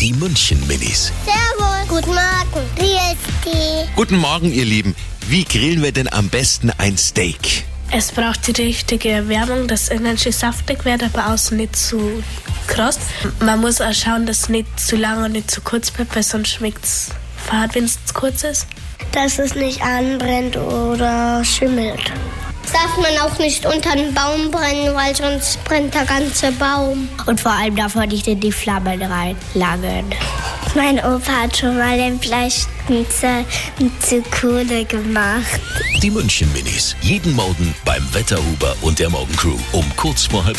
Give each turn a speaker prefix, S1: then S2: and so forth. S1: Die München-Minis.
S2: Servus. Guten Morgen. Wie ist die?
S1: Guten Morgen, ihr Lieben. Wie grillen wir denn am besten ein Steak?
S3: Es braucht die richtige Erwärmung, dass innen schön saftig wird, aber außen nicht zu kross. Man muss auch schauen, dass es nicht zu lang und nicht zu kurz bleibt, weil sonst schmeckt es fad, wenn es zu kurz ist.
S4: Dass es nicht anbrennt oder schimmelt.
S2: Das darf man auch nicht unter einen Baum brennen, weil sonst brennt der ganze Baum.
S5: Und vor allem darf man nicht in die Flammen reinlangen.
S6: Mein Opa hat schon mal den Fleisch äh, zu Kohle gemacht.
S1: Die München-Minis. Jeden Morgen beim Wetterhuber und der Morgencrew um kurz vor halb